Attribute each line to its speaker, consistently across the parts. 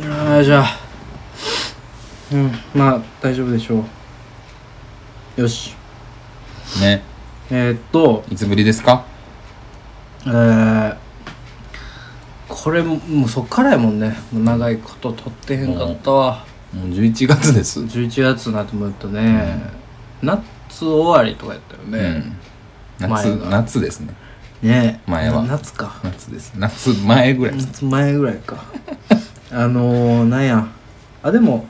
Speaker 1: あーじゃあうんまあ大丈夫でしょうよし
Speaker 2: ね
Speaker 1: えー、っと
Speaker 2: いつぶりですか
Speaker 1: えー、これももうそっからやもんねもう長いこと撮ってへんかったわ、
Speaker 2: もう11月ですう
Speaker 1: 11月になってもらうとね、夏終わりとかやったよね、
Speaker 2: ん
Speaker 1: 前
Speaker 2: 夏
Speaker 1: が
Speaker 2: 夏ですね
Speaker 1: ねえ
Speaker 2: 前は
Speaker 1: な夏か
Speaker 2: 夏です夏前ぐらいです
Speaker 1: 夏前ぐらいか あのー、なんやあでも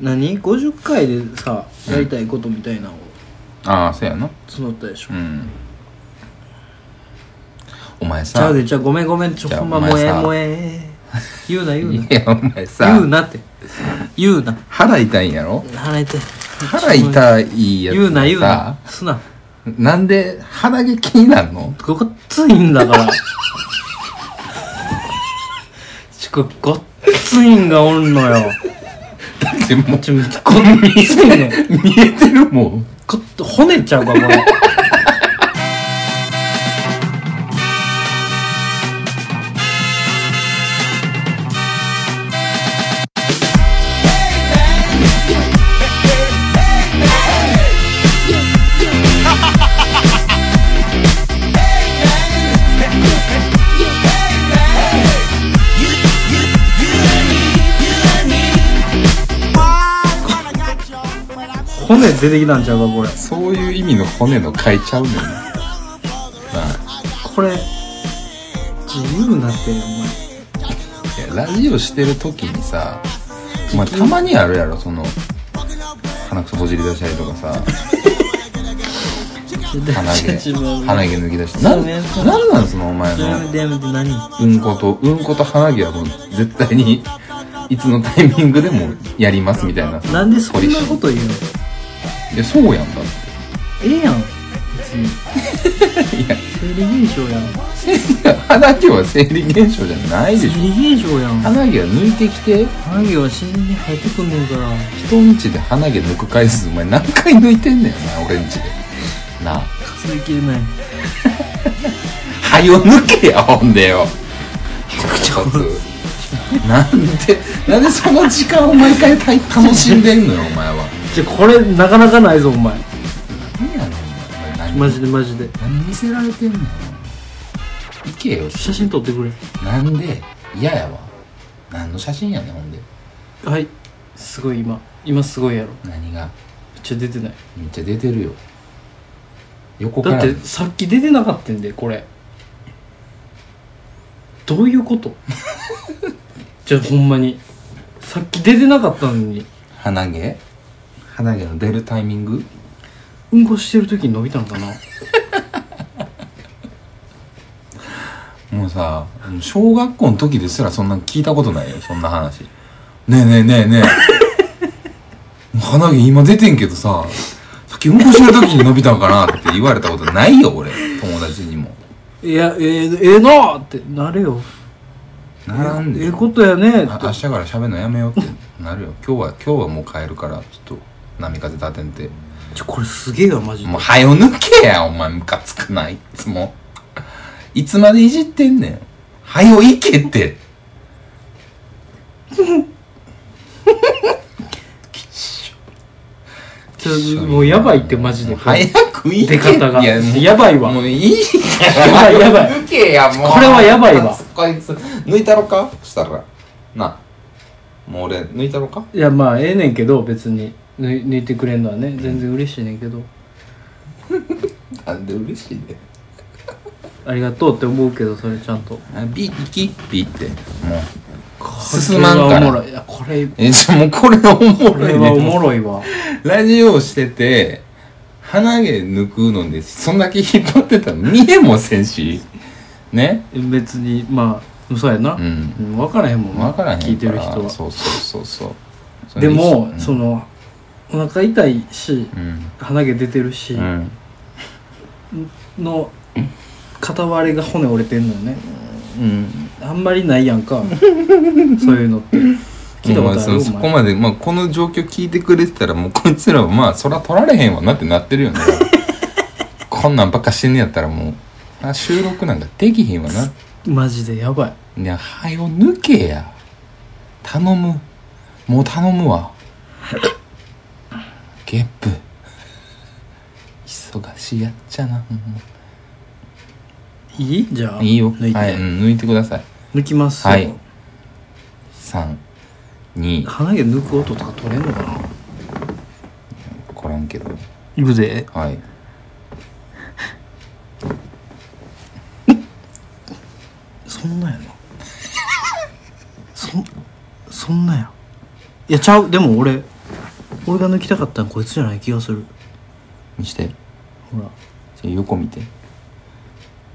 Speaker 1: 何50回でさやりたいことみたいなのを
Speaker 2: ああそうやな
Speaker 1: 募ったでしょ、
Speaker 2: うんお前
Speaker 1: ちゃ
Speaker 2: さ
Speaker 1: うでちゃうごめんごめんちょ
Speaker 2: じゃあ
Speaker 1: ほんま
Speaker 2: お前
Speaker 1: もえ
Speaker 2: さ
Speaker 1: もえ言うな言うない
Speaker 2: やお前
Speaker 1: 言う
Speaker 2: さ
Speaker 1: なって言うな
Speaker 2: 腹痛いんやろ
Speaker 1: 腹痛い
Speaker 2: 腹痛いやつがさ
Speaker 1: 言うな言うなすな
Speaker 2: なんで腹毛気になるの
Speaker 1: ごっついんだ からちょごっついんがおんのよ
Speaker 2: だってもう
Speaker 1: ちょめっちゃごっついね
Speaker 2: 見えてるもん
Speaker 1: こ骨ちゃうかこれ骨出てきたんちゃうかこれ
Speaker 2: そういう意味の骨の変えちゃうねんな
Speaker 1: これ自由なってお
Speaker 2: いやラジオしてる時にさお前たまにあるやろその鼻くそほじり出したりとかさ
Speaker 1: 前
Speaker 2: 鼻 毛
Speaker 1: 自分
Speaker 2: 鼻毛抜き出してなんなんなんそのお前
Speaker 1: それやめ
Speaker 2: の
Speaker 1: てやめて何
Speaker 2: うんことうんこと鼻毛はもう絶対に いつのタイミングでもやりますみたいな
Speaker 1: なんでそんな
Speaker 2: ポリシ
Speaker 1: こと言うの
Speaker 2: ーいやそうやんだっ
Speaker 1: ええやん別に
Speaker 2: いや
Speaker 1: 生理現象やん
Speaker 2: て鼻毛は生理現象じゃないでしょ
Speaker 1: 生理現象やん
Speaker 2: 鼻毛は抜いてきて
Speaker 1: 鼻毛は自然に生えてくんねんから
Speaker 2: 人んちで鼻毛抜く回数お前何回抜いてんねんお前俺んちでなあ
Speaker 1: 数えきれない
Speaker 2: はよ抜けやほんでよ一つなんでなんでその時間を毎回た楽しんでんのよお前は
Speaker 1: じゃこれなかなかないぞお前
Speaker 2: 何やねんお前何
Speaker 1: マジでマジで
Speaker 2: 何見せられてんのよ行けよ
Speaker 1: 写真撮ってくれ
Speaker 2: なんで嫌やわ何の写真やねんほんで
Speaker 1: はいすごい今今すごいやろ
Speaker 2: 何が
Speaker 1: めっちゃ出てない
Speaker 2: めっちゃ出てるよ横か
Speaker 1: だっ
Speaker 2: ら
Speaker 1: てさっき出てなかったんでこれどういうこと じゃあほんまにさっき出てなかったのに
Speaker 2: 鼻毛鼻毛の出るタイミング
Speaker 1: うんこしてる時に伸びたのかな
Speaker 2: もうさ、小学校の時ですらそんな聞いたことないよ、そんな話。ねえねえねえねえ。 もう鼻毛今出てんけどさ、さっきうんこしてる時に伸びたんかなって言われたことないよ、俺。友達にも。
Speaker 1: いやええええなってなれよ
Speaker 2: ならん
Speaker 1: え
Speaker 2: で。
Speaker 1: えことやね
Speaker 2: あ明日から喋るのやめようってなるよ。今日は、今日はもう帰るから、ちょっと波風立てんて。
Speaker 1: ちょこれすげえわマジで
Speaker 2: もう早抜けや、お前ムカつくない、いつも。いつまでいじってんねん。早よ行けって。
Speaker 1: ちょもうやばいってマジで
Speaker 2: もう早く行け
Speaker 1: 出方が
Speaker 2: いや、もう
Speaker 1: やばいわ
Speaker 2: もういいから
Speaker 1: やばいやばい
Speaker 2: 抜けやもう
Speaker 1: これはやばいわ
Speaker 2: こいつ抜いたろかそしたらなあもう俺抜いたろか
Speaker 1: いやまあええねんけど別に抜い抜いてくれんのはね全然嬉しいねんけど、
Speaker 2: なんで嬉しいね
Speaker 1: ありがとうって思うけどそれちゃんと
Speaker 2: あビッキビってもう進まんから
Speaker 1: これはおもろいいやこれ
Speaker 2: えじゃあもうこれはおも
Speaker 1: こ
Speaker 2: ろ
Speaker 1: れ
Speaker 2: い
Speaker 1: はお
Speaker 2: ね
Speaker 1: もろいわ
Speaker 2: ラジオしてて鼻毛抜くのでそんだけ引っ張ってたら見えもせんしね
Speaker 1: 別にまあそうやな、
Speaker 2: う
Speaker 1: うんん、分からへんもんな
Speaker 2: 分からへんから
Speaker 1: 聞いてる人は
Speaker 2: そうそうそうそう
Speaker 1: でも、
Speaker 2: うん
Speaker 1: そのお腹痛いし
Speaker 2: うん
Speaker 1: 鼻毛出てるし、
Speaker 2: うん
Speaker 1: の片割れが骨折れてんのよね
Speaker 2: うん
Speaker 1: あんまりないやん かそういうのって聞いたことあ
Speaker 2: ま
Speaker 1: る
Speaker 2: あそそ
Speaker 1: お
Speaker 2: こ
Speaker 1: 前
Speaker 2: まで、まあ、この状況聞いてくれてたらもうこいつらはまあそら取られへんわなってなってるよ ねこんなんばっかしてんねやったらもうあ収録なんかできへんわな
Speaker 1: マジでやばい
Speaker 2: いやはよ抜けや頼むもう頼むわゲップ忙しいやっちゃなほんま
Speaker 1: いいじゃあ
Speaker 2: いいよ
Speaker 1: 抜いて、
Speaker 2: はい、うん、抜いてください
Speaker 1: 抜きますよ
Speaker 2: はい三二
Speaker 1: 鼻毛抜く音とか取れんのかな
Speaker 2: 分からんけど
Speaker 1: いくぜ
Speaker 2: はい
Speaker 1: そん なんやなそんそんなんやいやちゃうでも俺俺が抜きたかったのこいつじゃない気がする
Speaker 2: 見して
Speaker 1: ほら
Speaker 2: じゃあ横見て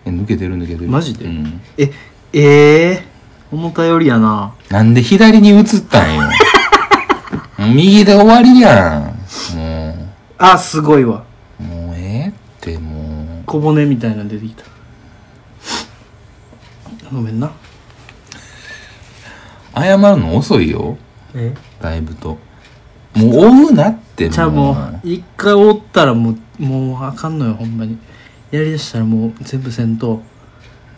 Speaker 2: え抜けてる抜けてる
Speaker 1: マジで
Speaker 2: うん、
Speaker 1: えええ思ったよりやな
Speaker 2: なんで左に移っ たんよもう右で終わりやんも
Speaker 1: あすごいわ
Speaker 2: うもうええっても
Speaker 1: 小骨みたいなの出てきたごめんな
Speaker 2: う謝るの遅いよ
Speaker 1: え
Speaker 2: だいぶともう追うなって
Speaker 1: じゃあもう一回折ったらもうもうあかんのよほんまにやりだしたらもう全部戦闘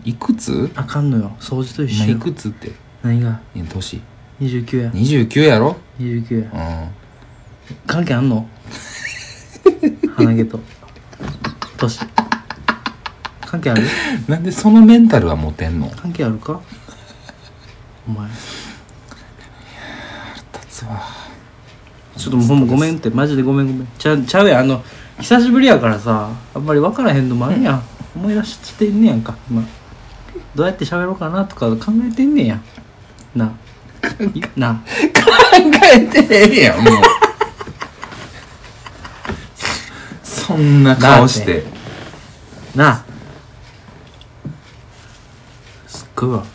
Speaker 2: いくつ
Speaker 1: あかんのよ掃除と一
Speaker 2: 今
Speaker 1: 緒
Speaker 2: いくつって
Speaker 1: 何が
Speaker 2: いや年
Speaker 1: 29や
Speaker 2: 29やろ
Speaker 1: 29や
Speaker 2: うん
Speaker 1: 関係あん の鼻毛と年関係ある
Speaker 2: なんでそのメンタルは持てんの
Speaker 1: 関係あるかお前
Speaker 2: 立つわ
Speaker 1: ちょっともうほんまごめんってマジでごめんごめんちゃうちゃうやんあの久しぶりやからさあんまり分からへんのもあるやん、思い出してんねやんか今どうやって喋ろうかなとか考えてんねんやなな
Speaker 2: 考えてええやんもうそんな顔して
Speaker 1: なすっごいわ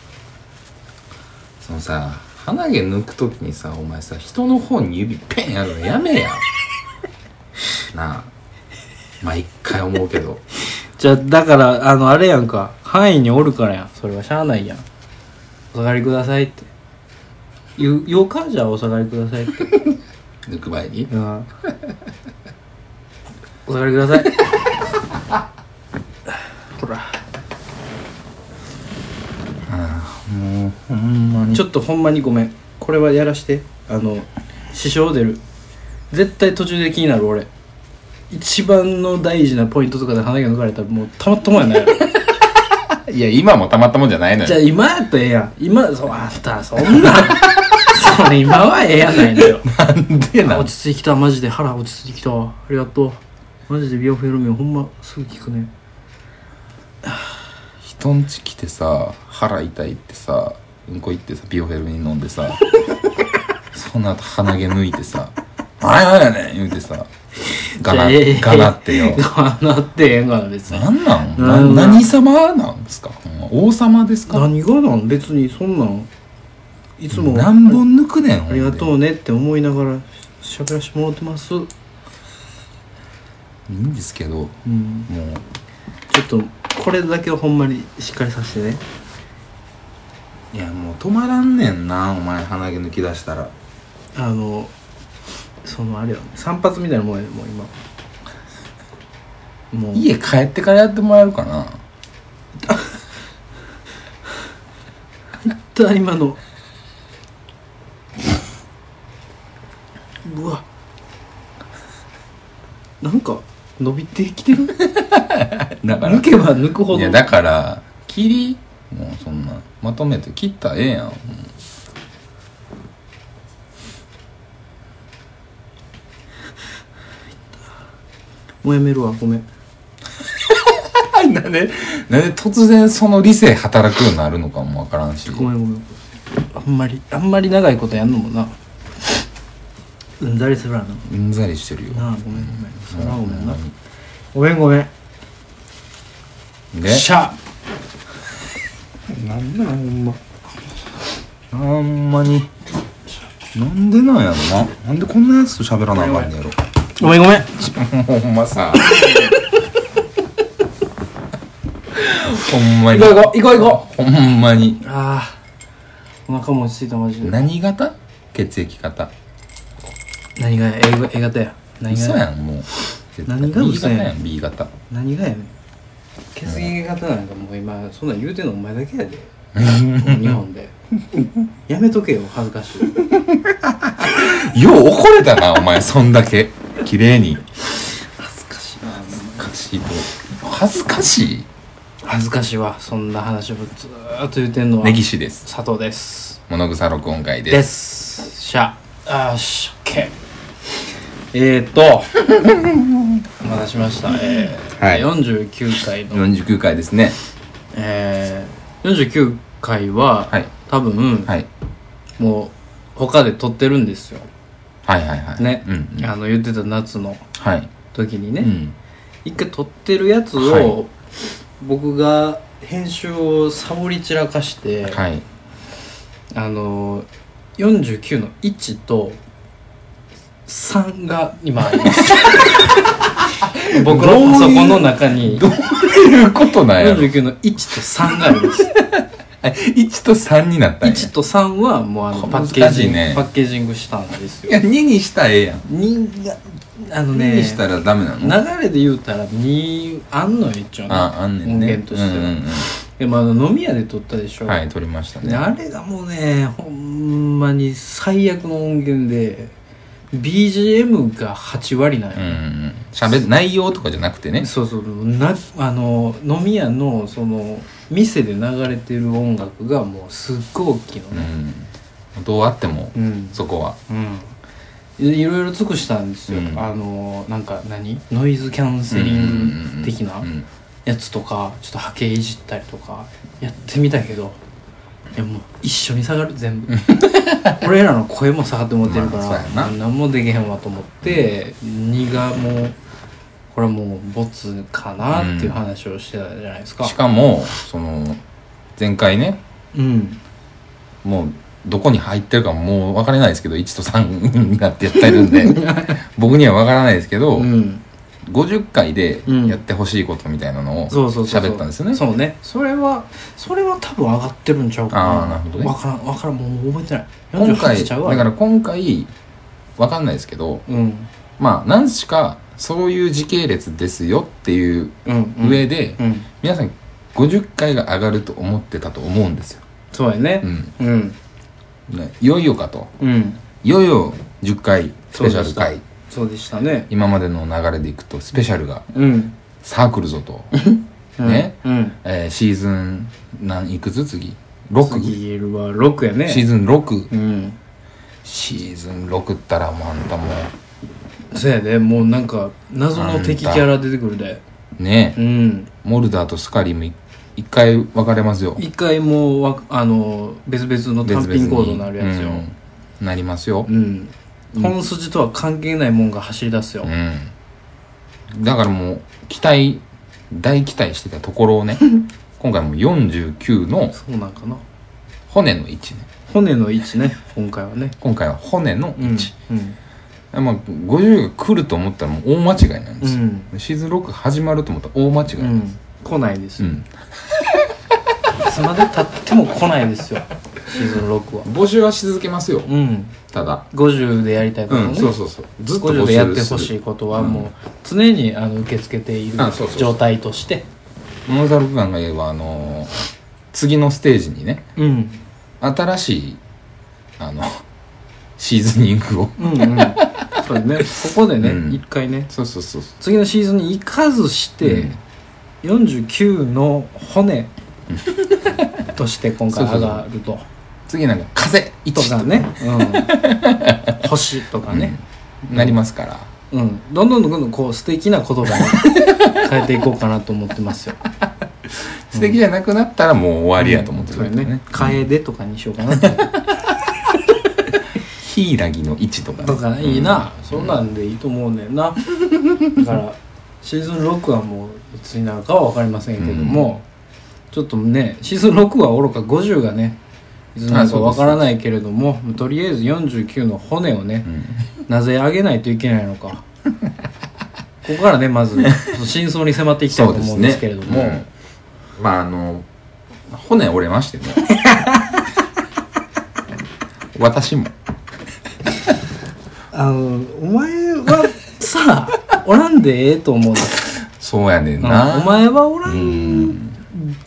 Speaker 2: そのさ鼻毛抜くときにさお前さ人の方に指ペンやるのやめやなあ毎回思うけど
Speaker 1: じゃあだからあのあれやんか範囲におるからやんそれはしゃあないやんお下がりくださいって言う言おうかじゃあお下がりくださいって
Speaker 2: 抜く前に
Speaker 1: うん。お下がりください。ほら。
Speaker 2: もうほんまに
Speaker 1: ちょっとほんまにごめん。これはやらして。あの、支障出る。絶対途中で気になる俺。一番の大事なポイントとかで鼻毛抜かれたらもうたまったもんやない。
Speaker 2: いや今もたまったもんじゃないの
Speaker 1: じゃあ
Speaker 2: よ
Speaker 1: 今やったらええやん。今、そう、あんた、そんな。それ今はええやないのよ。
Speaker 2: なんでな
Speaker 1: 落ち着いてきたマジで腹落ち着いてきたわありがとうマジでビオフェルミンほんますぐ効くね
Speaker 2: 人んち来てさ腹痛いってさうんこ行ってさビオフェルミン飲んで さその後鼻毛抜いてさ「あれあれあれ」言うてさガナ
Speaker 1: じゃあええ
Speaker 2: ガナっ てよ
Speaker 1: ガナってええんかな別に
Speaker 2: なんなんな
Speaker 1: なんなん
Speaker 2: 何様なんですかほんま王様ですか
Speaker 1: 何がなん別にそんなんいつも
Speaker 2: 何本抜くねんほん
Speaker 1: あ
Speaker 2: で
Speaker 1: りがとうねって思いながらしゃべらしてもらってますう
Speaker 2: いいんですけどもうん
Speaker 1: ちょっとこれだけはほんまにしっかりさせてね
Speaker 2: いやもう止まらんねんなお前鼻毛抜き出したら
Speaker 1: あのそのあれよ散髪みたいなもんやでもう今もう
Speaker 2: 家帰ってからやってもらえるかな
Speaker 1: ただ今のうわなんか伸びてきて る
Speaker 2: だから
Speaker 1: 抜けば抜くほど
Speaker 2: いやだから切りもうそんなまとめて切ったらええやんも
Speaker 1: もうやめるわごめん
Speaker 2: うなんでなんで突然その理性働くようになるのかもわからんし
Speaker 1: ごめんごめんあんまりあんまり長いことやんのもなうんざりするわな
Speaker 2: うんざりしてるよ
Speaker 1: なあごめんごめんそれはごめんな
Speaker 2: ほ
Speaker 1: ご
Speaker 2: んま
Speaker 1: めんごめん
Speaker 2: にで
Speaker 1: しゃなんだほんま
Speaker 2: あんまになんでなんやろななんでこんなやつと喋らなあかんねやろ
Speaker 1: ごめんごめん
Speaker 2: ほんまさほんまに
Speaker 1: 行こう行こう行こ
Speaker 2: うほんまに
Speaker 1: あーお腹も落ち着いたマジで
Speaker 2: 何型血液型
Speaker 1: 何がや A, が A 型や何が
Speaker 2: 嘘
Speaker 1: や
Speaker 2: やんもう絶対
Speaker 1: 何が嘘やん
Speaker 2: B 型やん B 型
Speaker 1: 何がやねん血液型なんかもう今そんなん言うてん のお前だけやで日本でやめとけよ恥ずかしい
Speaker 2: よう怒れたな、お前、そんだけ。綺麗に。
Speaker 1: 恥ずかしいな
Speaker 2: 恥ずかしいと。恥ずかしい
Speaker 1: 恥ずかしいわそんな話をずーっと言ってんのは
Speaker 2: 歴史です。
Speaker 1: 佐藤です
Speaker 2: 物草録音会です。
Speaker 1: ですしゃあーしゃけえー、っと お待たせしましたえー
Speaker 2: はい
Speaker 1: 49回の、
Speaker 2: 49回ですね。
Speaker 1: えー、49回は、
Speaker 2: はい。
Speaker 1: 多分、
Speaker 2: はい。
Speaker 1: もう他で撮ってるんですよ
Speaker 2: はいはいはい。
Speaker 1: ね
Speaker 2: うんうん。
Speaker 1: あの言ってた夏の
Speaker 2: はい。
Speaker 1: 時に
Speaker 2: う
Speaker 1: ね、
Speaker 2: ん。
Speaker 1: 一回撮ってるやつを、
Speaker 2: はい
Speaker 1: 僕が編集をサボり散らかして、
Speaker 2: はい。
Speaker 1: あの49の1と3が今あります 僕のパソコンの中に
Speaker 2: どういうことなんやろ
Speaker 1: 49の1と3があり ます
Speaker 2: あ1と3になったんや。
Speaker 1: 1と3はもうあのパ
Speaker 2: 難
Speaker 1: ッケー
Speaker 2: し
Speaker 1: ジン
Speaker 2: い
Speaker 1: グ、
Speaker 2: ね
Speaker 1: パッケージングしたんです
Speaker 2: い
Speaker 1: よ
Speaker 2: や、2にしたらええやん。
Speaker 1: 2があの
Speaker 2: 2
Speaker 1: ね
Speaker 2: にしたらダメなの
Speaker 1: 流れで言うたら2あんのよ一応ね
Speaker 2: あ、あんねんね。
Speaker 1: 音源として
Speaker 2: うん
Speaker 1: は
Speaker 2: うん
Speaker 1: でもあの飲み屋で撮ったでし
Speaker 2: う
Speaker 1: ょ、
Speaker 2: ん。はい、撮りました
Speaker 1: で
Speaker 2: ね。
Speaker 1: あれがもうねほんまに最悪の音源で BGM が8割なんよ、
Speaker 2: うんうんうん。喋、内容とかじゃなくてね。
Speaker 1: そうそうなあの飲み屋のその店で流れてる音楽がもうすっごい大きいの
Speaker 2: う
Speaker 1: ね
Speaker 2: ん。どうあっても、
Speaker 1: うん
Speaker 2: そこは。
Speaker 1: うんでいろいろ尽くしたんですよ、
Speaker 2: うん
Speaker 1: あのなんか何ノイズキャンセリング的な
Speaker 2: うん
Speaker 1: やつとかちょっと波形いじったりとかやってみたけどいやもう一緒に下がる全部俺らの声も下がってもってるか
Speaker 2: まあそうやな
Speaker 1: ら何もできへんわと思って2がもうこれはもうボツかなっていう話をしてたじゃないですか
Speaker 2: しかも、その、前回ね、
Speaker 1: うん
Speaker 2: もう、どこに入ってるかもう分からないですけど、1と3になってやって るんで、僕には分からないですけど、
Speaker 1: うん
Speaker 2: 50回でやってほしいことみたいなのを
Speaker 1: そうそうそうそう
Speaker 2: 喋ったんですよね。
Speaker 1: そうねそれはそれは多分上がってるんちゃうかな
Speaker 2: あーなるほどね
Speaker 1: わからんわからんもう覚えてない
Speaker 2: 今回、
Speaker 1: 48ちゃ
Speaker 2: だ
Speaker 1: うわ
Speaker 2: から今回、分かんないですけど、
Speaker 1: うん
Speaker 2: まあ、何しかそういう時系列ですよっていう
Speaker 1: うんうん
Speaker 2: 上で、
Speaker 1: うん
Speaker 2: 皆さん50回が上がると思ってたと思うんですよ。
Speaker 1: そうや
Speaker 2: う
Speaker 1: ね
Speaker 2: ん。
Speaker 1: うん
Speaker 2: ねいよいよかと。
Speaker 1: うん
Speaker 2: いよいよ10回スペシャル回。
Speaker 1: そうでしたね
Speaker 2: 今までの流れでいくとスペシャルが
Speaker 1: うん
Speaker 2: サークルぞと。ね
Speaker 1: うん
Speaker 2: えーシーズン何いくつ次 ?6?
Speaker 1: 次は6やね
Speaker 2: シーズン 6?
Speaker 1: うん
Speaker 2: シーズン6ったらもうあんたも
Speaker 1: そうやでもうなんか謎の敵キャラ出てくるで
Speaker 2: うね
Speaker 1: う、ん
Speaker 2: モルダーとスカリもい一回分かれますよ。
Speaker 1: 一回もうわあの別々の単品行動になるやつよ
Speaker 2: うんなりますよ
Speaker 1: う。ん、本筋とは関係ないもんが走り出すよ、
Speaker 2: うん。だからもう期待、大期待してたところ をね、今回もう49の
Speaker 1: そうなんかな
Speaker 2: 骨の位置ね。
Speaker 1: 骨の位置ね今回はね
Speaker 2: 今回は骨の
Speaker 1: うん
Speaker 2: 位置。まあ50が来ると思ったらもう大間違いなん
Speaker 1: う
Speaker 2: ですよ。
Speaker 1: ん、
Speaker 2: シーズン6始まると思ったら大間違い
Speaker 1: うんう
Speaker 2: なんです。
Speaker 1: ん、来ないです
Speaker 2: う
Speaker 1: よ、
Speaker 2: ん
Speaker 1: いつまでたっても来ないですよシーズン6は
Speaker 2: 募集はし続けますよ
Speaker 1: うん
Speaker 2: ただ
Speaker 1: 50でやりたいことね、
Speaker 2: うんそうそうそうずっと
Speaker 1: 50
Speaker 2: 募集
Speaker 1: でやって
Speaker 2: す
Speaker 1: ほ
Speaker 2: る
Speaker 1: しいことはもう常にあの受け付けている
Speaker 2: あそうそう
Speaker 1: 状態として
Speaker 2: モノザルクガンが言えばあのー次のステージにね
Speaker 1: うん
Speaker 2: 新しいあのシーズニングを
Speaker 1: うんうん そうねここで
Speaker 2: う
Speaker 1: ね
Speaker 2: ん
Speaker 1: 一、回ね
Speaker 2: そうそうそうそ
Speaker 1: 次のシーズンに行かずして、49の 骨として今回上がると
Speaker 2: 次なんか風一
Speaker 1: とかね、 うん、星とかね、
Speaker 2: うんなりますから
Speaker 1: うん、どんどんどんどんこう素敵な言葉に 変えていこうかなと思ってますよ
Speaker 2: 素敵じゃなくなったらもう終わりやと思って
Speaker 1: それ
Speaker 2: けど
Speaker 1: ね「
Speaker 2: うん
Speaker 1: 楓」とかにしようかなと思って
Speaker 2: ヒイラギの位置とかね
Speaker 1: とかねいいな、
Speaker 2: うん
Speaker 1: そんなんでいいと思うねんなだからシーズン6はもういつになるかは分かりませんけども、ちょっとねシーズン6はおろか50がねいつになるか分からないけれどもとりあえず49の骨をね
Speaker 2: う、ん
Speaker 1: なぜ上げないといけないのかここからねまず真相に迫っていきたいと
Speaker 2: そうで
Speaker 1: 思う
Speaker 2: す
Speaker 1: んで
Speaker 2: ね
Speaker 1: すけれども、
Speaker 2: うんまああの骨折れ ましてね私も
Speaker 1: あのお前はさおらんでええと思うねん
Speaker 2: そうやねん
Speaker 1: あ
Speaker 2: な
Speaker 1: お前はおら
Speaker 2: うんん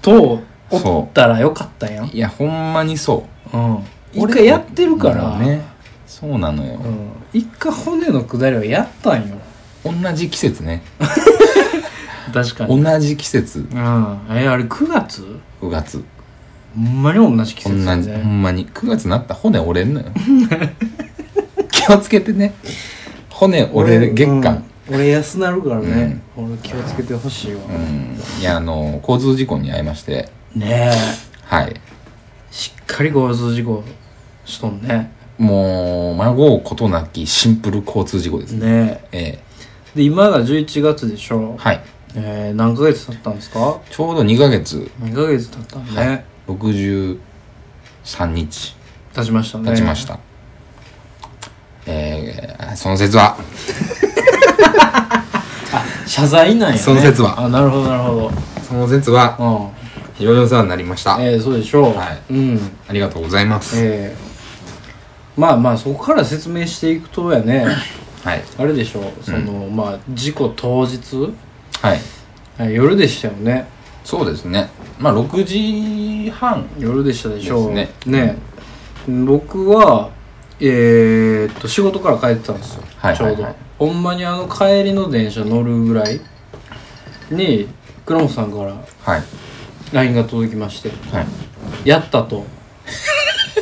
Speaker 1: とお
Speaker 2: そ
Speaker 1: ったらよかったんやん
Speaker 2: いやほんまにそう
Speaker 1: うん、一
Speaker 2: 俺
Speaker 1: 回やってるか
Speaker 2: も
Speaker 1: ら、
Speaker 2: ねそうなのよ
Speaker 1: う、ん、一回骨のくだりはやったんよ
Speaker 2: 同じ季節ね
Speaker 1: 確かに
Speaker 2: 同じ季節
Speaker 1: うんえあれ9月
Speaker 2: 9月
Speaker 1: ほんまに同じ季
Speaker 2: 同
Speaker 1: 節だ
Speaker 2: じほ
Speaker 1: ね
Speaker 2: んまに9月になったら骨折れん のよ気をつけてね骨折れる月間
Speaker 1: うん俺安なるからね、俺気をつけてほしいわ、
Speaker 2: うんいやあの交通事故に遭いまして
Speaker 1: ねえ
Speaker 2: はい
Speaker 1: しっかり交通事故しとんね
Speaker 2: もう孫うことなきシンプル交通事故ですね
Speaker 1: ね
Speaker 2: え
Speaker 1: えで今が11月でし
Speaker 2: え
Speaker 1: ょ
Speaker 2: はい
Speaker 1: えー、何ヶ月経ったんですか
Speaker 2: ちょうど2ヶ月
Speaker 1: 2ヶ月経ったんで、ね
Speaker 2: 63日
Speaker 1: 経ちましたね
Speaker 2: 経ちました、えーその説は
Speaker 1: 謝罪なんや、ね、
Speaker 2: その説は
Speaker 1: あなるほどなるほ
Speaker 2: その説は
Speaker 1: ど
Speaker 2: 非常にお世話になりました
Speaker 1: うんえー、そうでしょう、
Speaker 2: はい
Speaker 1: うん
Speaker 2: ありがとうございます
Speaker 1: えー、まあまあそこから説明していくとや ね
Speaker 2: はい
Speaker 1: あれでしょうその、まあ事故当日
Speaker 2: はい
Speaker 1: えー夜でしたよね
Speaker 2: そうですねまあ6時半
Speaker 1: 夜でしたでしょう
Speaker 2: で
Speaker 1: ね僕はえー、っと仕事から帰ってたんですよ、
Speaker 2: はい
Speaker 1: ちょうど、
Speaker 2: はいはい
Speaker 1: ほんまにあの帰りの電車乗るぐらいに倉本さんから
Speaker 2: はい
Speaker 1: LINE が届きまして
Speaker 2: はい
Speaker 1: 「やった」と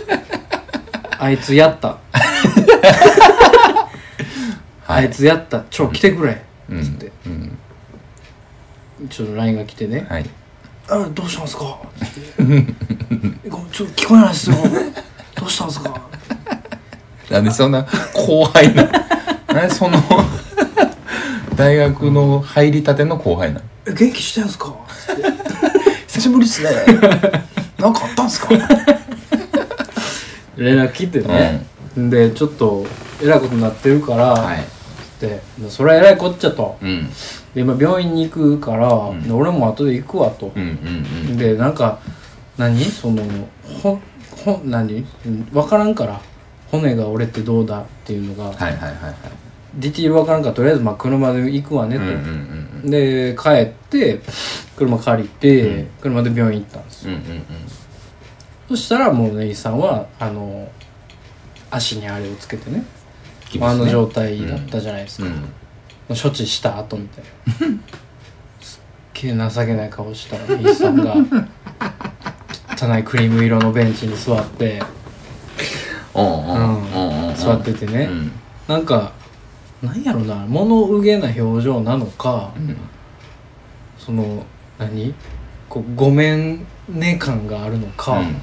Speaker 1: 「あいつやった」
Speaker 2: は
Speaker 1: あいつやったちょ来てくれ」
Speaker 2: うん
Speaker 1: つって
Speaker 2: うん
Speaker 1: ちょっと LINE が来てね
Speaker 2: はい
Speaker 1: 「あどうしたんすか?」つって「ごめんちょっと聞こえないっすよどうしたんすか?」
Speaker 2: なんでそんな後輩ななんでその 大学の入りたての後輩なの
Speaker 1: 「え元気してんすか?」
Speaker 2: 久しぶりっ すねなんかあったんすか
Speaker 1: 連絡切ってね、でちょっとえらいことになってるから、
Speaker 2: はい
Speaker 1: でそれはえらいこっちゃと
Speaker 2: うん
Speaker 1: で今病院に行くから、
Speaker 2: ん
Speaker 1: で俺も後で行くわと
Speaker 2: う、んうん
Speaker 1: でなんか何そのほほ何分からんから骨が折れてどうだっていうのが、
Speaker 2: はいはいはいはい
Speaker 1: ディティール分からんからとりあえずまあ車で行くわね
Speaker 2: う
Speaker 1: と、
Speaker 2: んうんうん
Speaker 1: で帰って車借りて、
Speaker 2: うん
Speaker 1: 車で病院行ったんですよ
Speaker 2: うんうんうん
Speaker 1: そしたらもうネイさんはあの足にあれをつけてね
Speaker 2: きま
Speaker 1: あ
Speaker 2: すね
Speaker 1: の状態だったじゃないです
Speaker 2: う
Speaker 1: か、
Speaker 2: ん
Speaker 1: 処置した後みたいなすっげえ情けない顔したネイさんが汚いクリーム色のベンチに座って
Speaker 2: おうんうんうんうん
Speaker 1: 座っててね、
Speaker 2: うん
Speaker 1: なんかなんやろな物憂げな表情なのか
Speaker 2: うん
Speaker 1: その何こうごめんね感があるのか、
Speaker 2: うん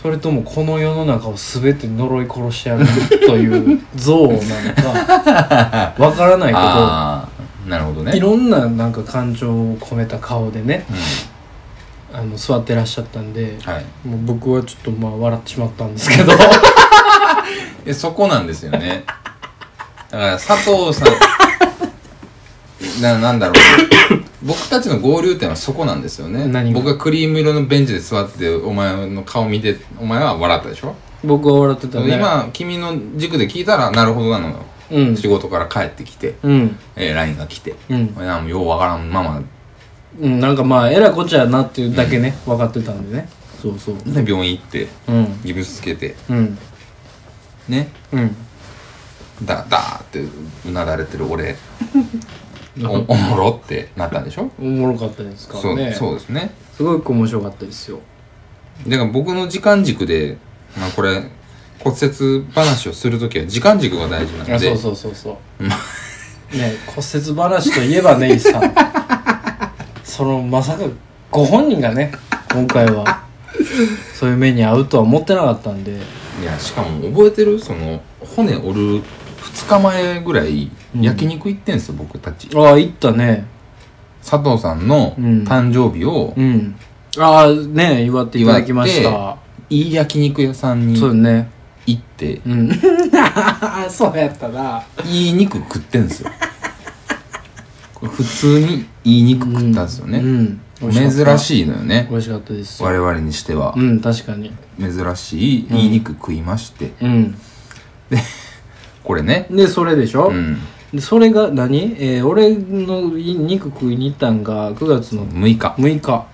Speaker 1: それともこの世の中を全て呪い殺してやるという憎悪なの かわからないけ
Speaker 2: ああなるほど
Speaker 1: どい
Speaker 2: ね
Speaker 1: ろんななんか感情を込めた顔でね
Speaker 2: うん
Speaker 1: あの座ってらっしゃったんで
Speaker 2: はい
Speaker 1: もう僕はちょっとまあ笑ってしまったんですけど
Speaker 2: えそこなんですよねだから佐藤さん ななんだろう僕たちの合流点はそこなんですよね
Speaker 1: 何が
Speaker 2: 僕がクリーム色のベンチで座っててお前の顔見てお前は笑ったでしょ、
Speaker 1: 僕は笑ってたね
Speaker 2: 今君の軸で聞いたらなるほどなのよ、
Speaker 1: うん
Speaker 2: 仕事から帰ってきて、
Speaker 1: うん
Speaker 2: えー、LINE が来て、
Speaker 1: うん
Speaker 2: 俺なんもようわからんまま
Speaker 1: うんなんかまあえらいこっちゃやなっていうだけね、分かってたんでねそうそう
Speaker 2: で病院行って
Speaker 1: うん
Speaker 2: ギブスつけて
Speaker 1: うん
Speaker 2: ね
Speaker 1: うん
Speaker 2: だだーってうなだれてる 俺おおもろってなったんでしょ
Speaker 1: おもろかったですからね
Speaker 2: そうそうですね
Speaker 1: すごく面白かったですよ
Speaker 2: だから僕の時間軸で、まあ、これ骨折話をするときは時間軸が大事なんで
Speaker 1: あそうそうそうそうね骨折話といえばネイ さんそのまさかご本人がね今回はそういう目に遭うとは思ってなかったんで
Speaker 2: いやしかも覚えてるその骨折る2日前ぐらい
Speaker 1: うん
Speaker 2: 焼肉行ってんすよ、僕たち
Speaker 1: ああ行ったね
Speaker 2: 佐藤さんの
Speaker 1: うん
Speaker 2: 誕生日を、
Speaker 1: うんああね祝っていただきました
Speaker 2: いい焼肉屋さんに
Speaker 1: そう
Speaker 2: 行
Speaker 1: ね
Speaker 2: って
Speaker 1: うん そうやったない
Speaker 2: い肉食ってんす よこれ普通にいい肉食ったんですよね、
Speaker 1: うん、
Speaker 2: 珍
Speaker 1: い
Speaker 2: しいのよね
Speaker 1: 美味しかったですよ
Speaker 2: 我々にしては
Speaker 1: うん確かに
Speaker 2: 珍しいいい肉食いまして、
Speaker 1: うん
Speaker 2: これね
Speaker 1: でそれでしょ、
Speaker 2: うん
Speaker 1: でそれが何、えー俺のい肉食いに行ったんが9月の
Speaker 2: 6日
Speaker 1: 6日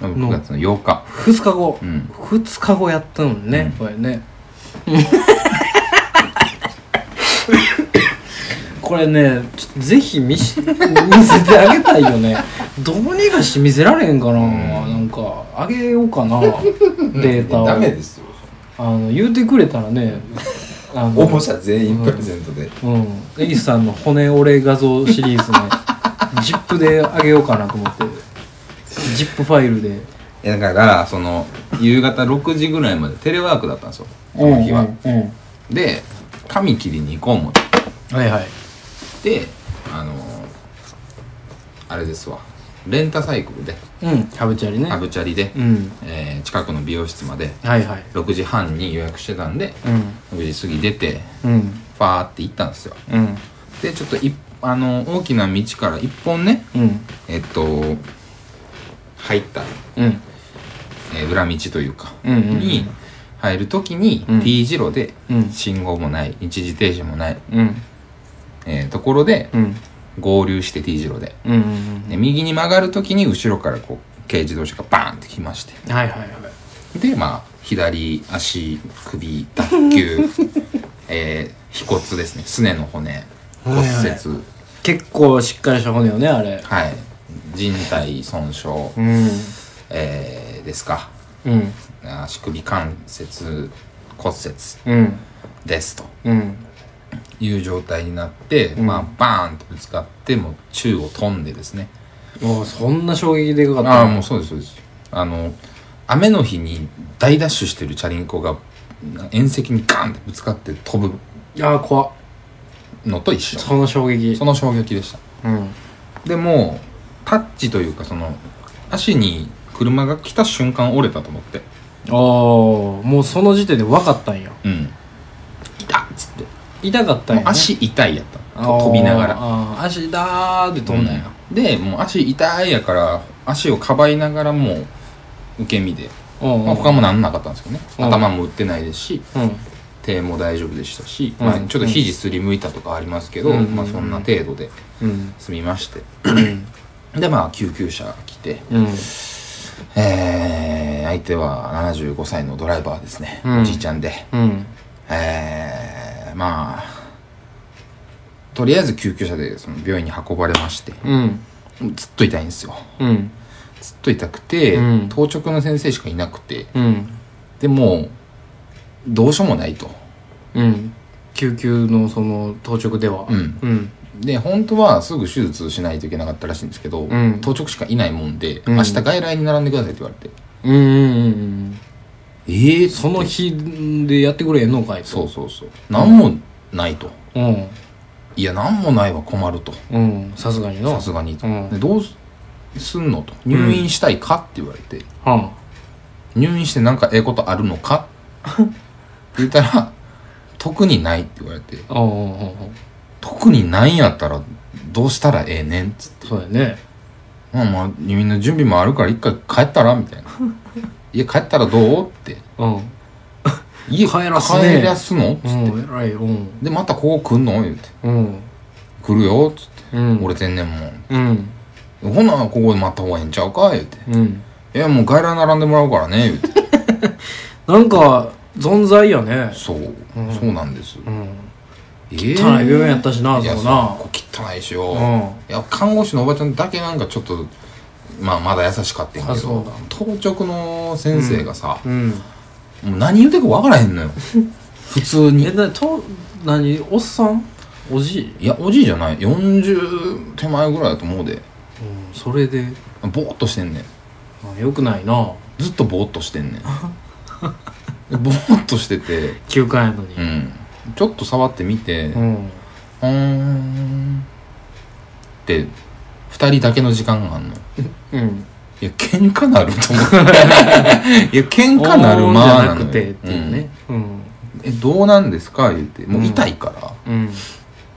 Speaker 2: 9月の8日
Speaker 1: 2日後、
Speaker 2: うん
Speaker 1: 2日後やったのね、
Speaker 2: うん
Speaker 1: これねこれねちょっとぜひ見し見せてあげたいよねどうにかして見せられへんかな、なんかあげようか なデータを
Speaker 2: ダメですよ
Speaker 1: あの言うてくれたらねあ
Speaker 2: 応
Speaker 1: の
Speaker 2: 募者全員プレゼントで、
Speaker 1: うんエリスさんの骨折れ画像シリーズ ねジップであげようかなと思ってジップファイルで
Speaker 2: いやだからその夕方6時ぐらいまでテレワークだったんですよその日は、
Speaker 1: うんうんうん
Speaker 2: で髪切りに行こう思っ
Speaker 1: はいはい
Speaker 2: てあのあれですわレンタサイクルで
Speaker 1: うんハブチャリね
Speaker 2: ハブチャリで、
Speaker 1: うん
Speaker 2: えー近くの美容室まで
Speaker 1: はいはい
Speaker 2: 6時半に予約してたんで
Speaker 1: う
Speaker 2: 6時過ぎ出て
Speaker 1: んうん
Speaker 2: ファーって行ったんですよ
Speaker 1: うん
Speaker 2: でちょっといあの大きな道から一本ね
Speaker 1: うん
Speaker 2: えっと入った、
Speaker 1: うん
Speaker 2: えー裏道というか、
Speaker 1: うんうんうん
Speaker 2: に入る時に
Speaker 1: うん
Speaker 2: T 字路で
Speaker 1: うん
Speaker 2: 信号もない一時停止もない、
Speaker 1: うん
Speaker 2: えーところで
Speaker 1: うん
Speaker 2: 合流して T 字路で
Speaker 1: うんうん
Speaker 2: で右に曲がる時に後ろからこう軽自動車がバーンって来まして
Speaker 1: うんはいはいはい
Speaker 2: でまあ左足首脱 臼えー、腓骨ですねすねの骨骨折
Speaker 1: はいは結構しっかりした骨よねあれ
Speaker 2: はい、人体損傷、
Speaker 1: うん
Speaker 2: えーですか
Speaker 1: うん
Speaker 2: 足首関節骨折
Speaker 1: うん
Speaker 2: ですと
Speaker 1: うん
Speaker 2: いう状態になって、
Speaker 1: ん
Speaker 2: まあバーンとぶつかってもう宙を飛んでですね
Speaker 1: もうそんな衝撃でかかった
Speaker 2: ああもうそうですそうですあの雨の日に大ダッシュしてるチャリンコが縁石にガーンってぶつかって飛ぶ
Speaker 1: いやー怖っ
Speaker 2: のと一緒
Speaker 1: その衝撃
Speaker 2: その衝撃でした
Speaker 1: うん
Speaker 2: でもうタッチというかその足に車が来た瞬間折れたと思って
Speaker 1: ああもうその時点で分かったんや
Speaker 2: うん痛っつって
Speaker 1: 痛かったん
Speaker 2: も
Speaker 1: や、ね、
Speaker 2: う足痛いやった
Speaker 1: あー
Speaker 2: 飛びながら
Speaker 1: あー足だーって飛んだんや、
Speaker 2: でもう足痛いやから足をかばいながらもう受け身で、
Speaker 1: うんうん
Speaker 2: まあ、他もなんなかったんですけどね、
Speaker 1: うん
Speaker 2: 頭も打ってないですし
Speaker 1: うん
Speaker 2: 手も大丈夫でしたし、
Speaker 1: うん
Speaker 2: まあ、ちょっと肘すりむいたとかありますけど、
Speaker 1: うん
Speaker 2: まあ、そんな程度で
Speaker 1: うん
Speaker 2: 済みまして
Speaker 1: うん
Speaker 2: でまあ救急車が来て
Speaker 1: うん
Speaker 2: えー、相手は75歳のドライバーですね、
Speaker 1: うん
Speaker 2: おじいちゃんで
Speaker 1: うん
Speaker 2: えー、まあとりあえず救急車でその病院に運ばれまして
Speaker 1: うん
Speaker 2: ずっと痛いんですよ
Speaker 1: うん
Speaker 2: ずっと痛くて、
Speaker 1: うん
Speaker 2: 当直の先生しかいなくて
Speaker 1: うん
Speaker 2: でもどうしようもないと、
Speaker 1: うん救急のその当直では
Speaker 2: うん
Speaker 1: うん
Speaker 2: で本当はすぐ手術しないといけなかったらしいんですけど、
Speaker 1: うん
Speaker 2: 当直しかいないもんで、
Speaker 1: うん
Speaker 2: 明日外来に並んでくださいって言われて
Speaker 1: うんうんうんうん
Speaker 2: ええ
Speaker 1: その日でやってくれへんのかいと
Speaker 2: そうそうそう何もないと、
Speaker 1: うん
Speaker 2: いや何もないは困ると
Speaker 1: うんさすがに
Speaker 2: さ
Speaker 1: の
Speaker 2: すがにと、
Speaker 1: うん
Speaker 2: でどうすすんのと入院したいかって言われて、
Speaker 1: は
Speaker 2: 入院してなんかええことあるの かって言ったら特にないって言われて
Speaker 1: あうんうんうんうん
Speaker 2: 特にないんやったらどうしたらええねんっつって
Speaker 1: そうだよね
Speaker 2: まあまあ入院の準備もあるから一回帰ったら みたいな家帰ったらどうって
Speaker 1: うん
Speaker 2: 家
Speaker 1: 帰らすね
Speaker 2: 帰らすの
Speaker 1: うん偉いうん
Speaker 2: でまたここ来んの言うて
Speaker 1: うん
Speaker 2: 来るよっつって
Speaker 1: うん
Speaker 2: 折れてんねんもん
Speaker 1: うん
Speaker 2: ほなここで待った方がええんちゃうか言うて
Speaker 1: うん
Speaker 2: いやもう外来並んでもらうからね言うて
Speaker 1: なんか存在やね
Speaker 2: そう、
Speaker 1: うん
Speaker 2: そうなんです、
Speaker 1: うん
Speaker 2: え
Speaker 1: 汚
Speaker 2: え
Speaker 1: い病院やったしないそ
Speaker 2: や
Speaker 1: こ
Speaker 2: そ
Speaker 1: な
Speaker 2: こ汚いしよ、
Speaker 1: う
Speaker 2: い
Speaker 1: ん
Speaker 2: や看護師のおばちゃんだけなんかちょっとまあまだ優しかったんや
Speaker 1: あ
Speaker 2: け
Speaker 1: そ
Speaker 2: ど
Speaker 1: う
Speaker 2: 当直の先生がさ、
Speaker 1: うん
Speaker 2: もう何言うてるか分からへんの よ普通に
Speaker 1: えなと何おっさんおじい
Speaker 2: いやおじいじゃない40手前ぐらいだと思うで
Speaker 1: うんそれで
Speaker 2: ぼーっとしてんねん
Speaker 1: あよくないな
Speaker 2: ずっとぼーっとして んねんでぼーっとしてて
Speaker 1: 休館やのに
Speaker 2: うんちょっと触ってみて
Speaker 1: う
Speaker 2: うんーんって2人だけの時間があんの
Speaker 1: うん
Speaker 2: いや喧嘩なると思う いや喧嘩なるまあ
Speaker 1: じゃな
Speaker 2: なのよ
Speaker 1: くてっていうねうん
Speaker 2: うんえどうなんですか言ってもう痛いから
Speaker 1: うん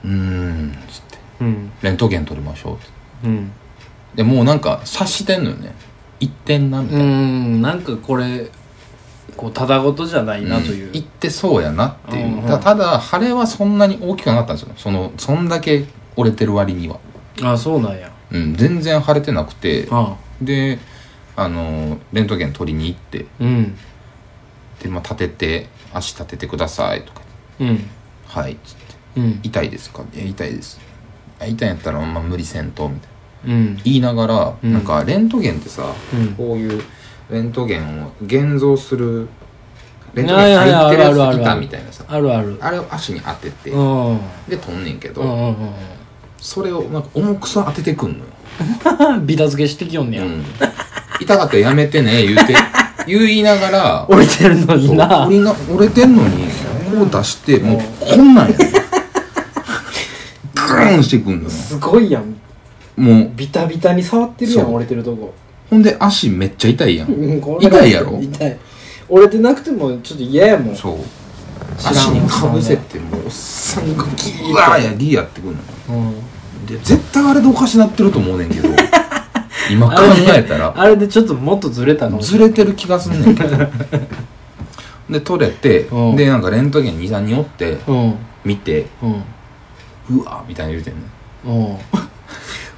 Speaker 2: うーんつって
Speaker 1: うん
Speaker 2: レントゲン取りましょうって
Speaker 1: うん
Speaker 2: でもうなんか察してんのよね行ってんなみた
Speaker 1: う
Speaker 2: いな、
Speaker 1: んなんかこれこうただごとじゃないなとい
Speaker 2: うん
Speaker 1: う
Speaker 2: 行ってそうやなっていう、
Speaker 1: うんうん
Speaker 2: たただ腫れはそんなに大きくなかったんですよそのそんだけ折れてる割には、
Speaker 1: あそうなんや
Speaker 2: うん、全然腫れてなくて
Speaker 1: あ
Speaker 2: であのレントゲン取りに行って
Speaker 1: うん
Speaker 2: で、まあ、立てて足立ててくださいとか
Speaker 1: うん
Speaker 2: 「はい」っつって
Speaker 1: うん
Speaker 2: 痛いですかいや痛いですあ痛いんやったらまあ無理せんとみたいな
Speaker 1: うん
Speaker 2: 言いながら、
Speaker 1: うん
Speaker 2: なんかレントゲンってさ、
Speaker 1: うん
Speaker 2: こういうレントゲンを現像するレント
Speaker 1: はい
Speaker 2: ゲン
Speaker 1: はい
Speaker 2: 入ってる
Speaker 1: あるある
Speaker 2: や
Speaker 1: あ
Speaker 2: つ
Speaker 1: る
Speaker 2: 板みたいなさ
Speaker 1: あるある
Speaker 2: あれを足に当てて
Speaker 1: うんうん
Speaker 2: で飛んねんけ
Speaker 1: うん
Speaker 2: ど
Speaker 1: うん
Speaker 2: それをなんか重くそ当ててくんのよ
Speaker 1: うんビタ付けしてきよんねや、
Speaker 2: うん痛かったらやめてね 言うて言いながら
Speaker 1: 折れてるの
Speaker 2: そう
Speaker 1: にな
Speaker 2: 折りな折れてんのにこう出してもうこんなんやねんグーンしてくんのよ
Speaker 1: すごいやん
Speaker 2: もう
Speaker 1: ビタビタに触ってるや
Speaker 2: そ
Speaker 1: ん
Speaker 2: う
Speaker 1: 折れてるとこ
Speaker 2: ほんで足めっちゃ痛いやん
Speaker 1: うんこれは
Speaker 2: 痛いやろ
Speaker 1: 痛い折れてなくてもちょっと嫌やもん
Speaker 2: そう
Speaker 1: 知らん
Speaker 2: 足にかぶせてもうおっさんがギーッやリーやってくんのよ
Speaker 1: うん
Speaker 2: で絶対あれでおかしなってると思うね んけど今考えたら
Speaker 1: あれでちょっともっとずれたの
Speaker 2: ずれてる気がすんねんけど で取れて
Speaker 1: うん
Speaker 2: でなんかレントゲン23におって
Speaker 1: うん
Speaker 2: 見て
Speaker 1: うん
Speaker 2: うわーみたいな言うてんねん
Speaker 1: うん